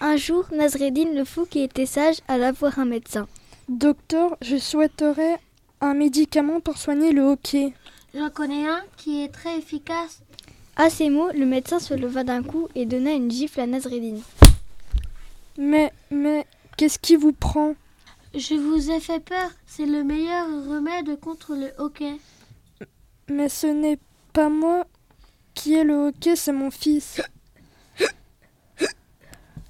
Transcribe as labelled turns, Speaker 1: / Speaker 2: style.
Speaker 1: Un jour, Nazreddin le fou qui était sage alla voir un médecin.
Speaker 2: Docteur, je souhaiterais un médicament pour soigner le hockey.
Speaker 3: J'en connais un qui est très efficace.
Speaker 1: À ces mots, le médecin se leva d'un coup et donna une gifle à Nazreddin.
Speaker 2: Mais, mais, qu'est-ce qui vous prend
Speaker 3: Je vous ai fait peur, c'est le meilleur remède contre le hockey.
Speaker 2: Mais ce n'est pas moi qui ai le hockey, c'est mon fils.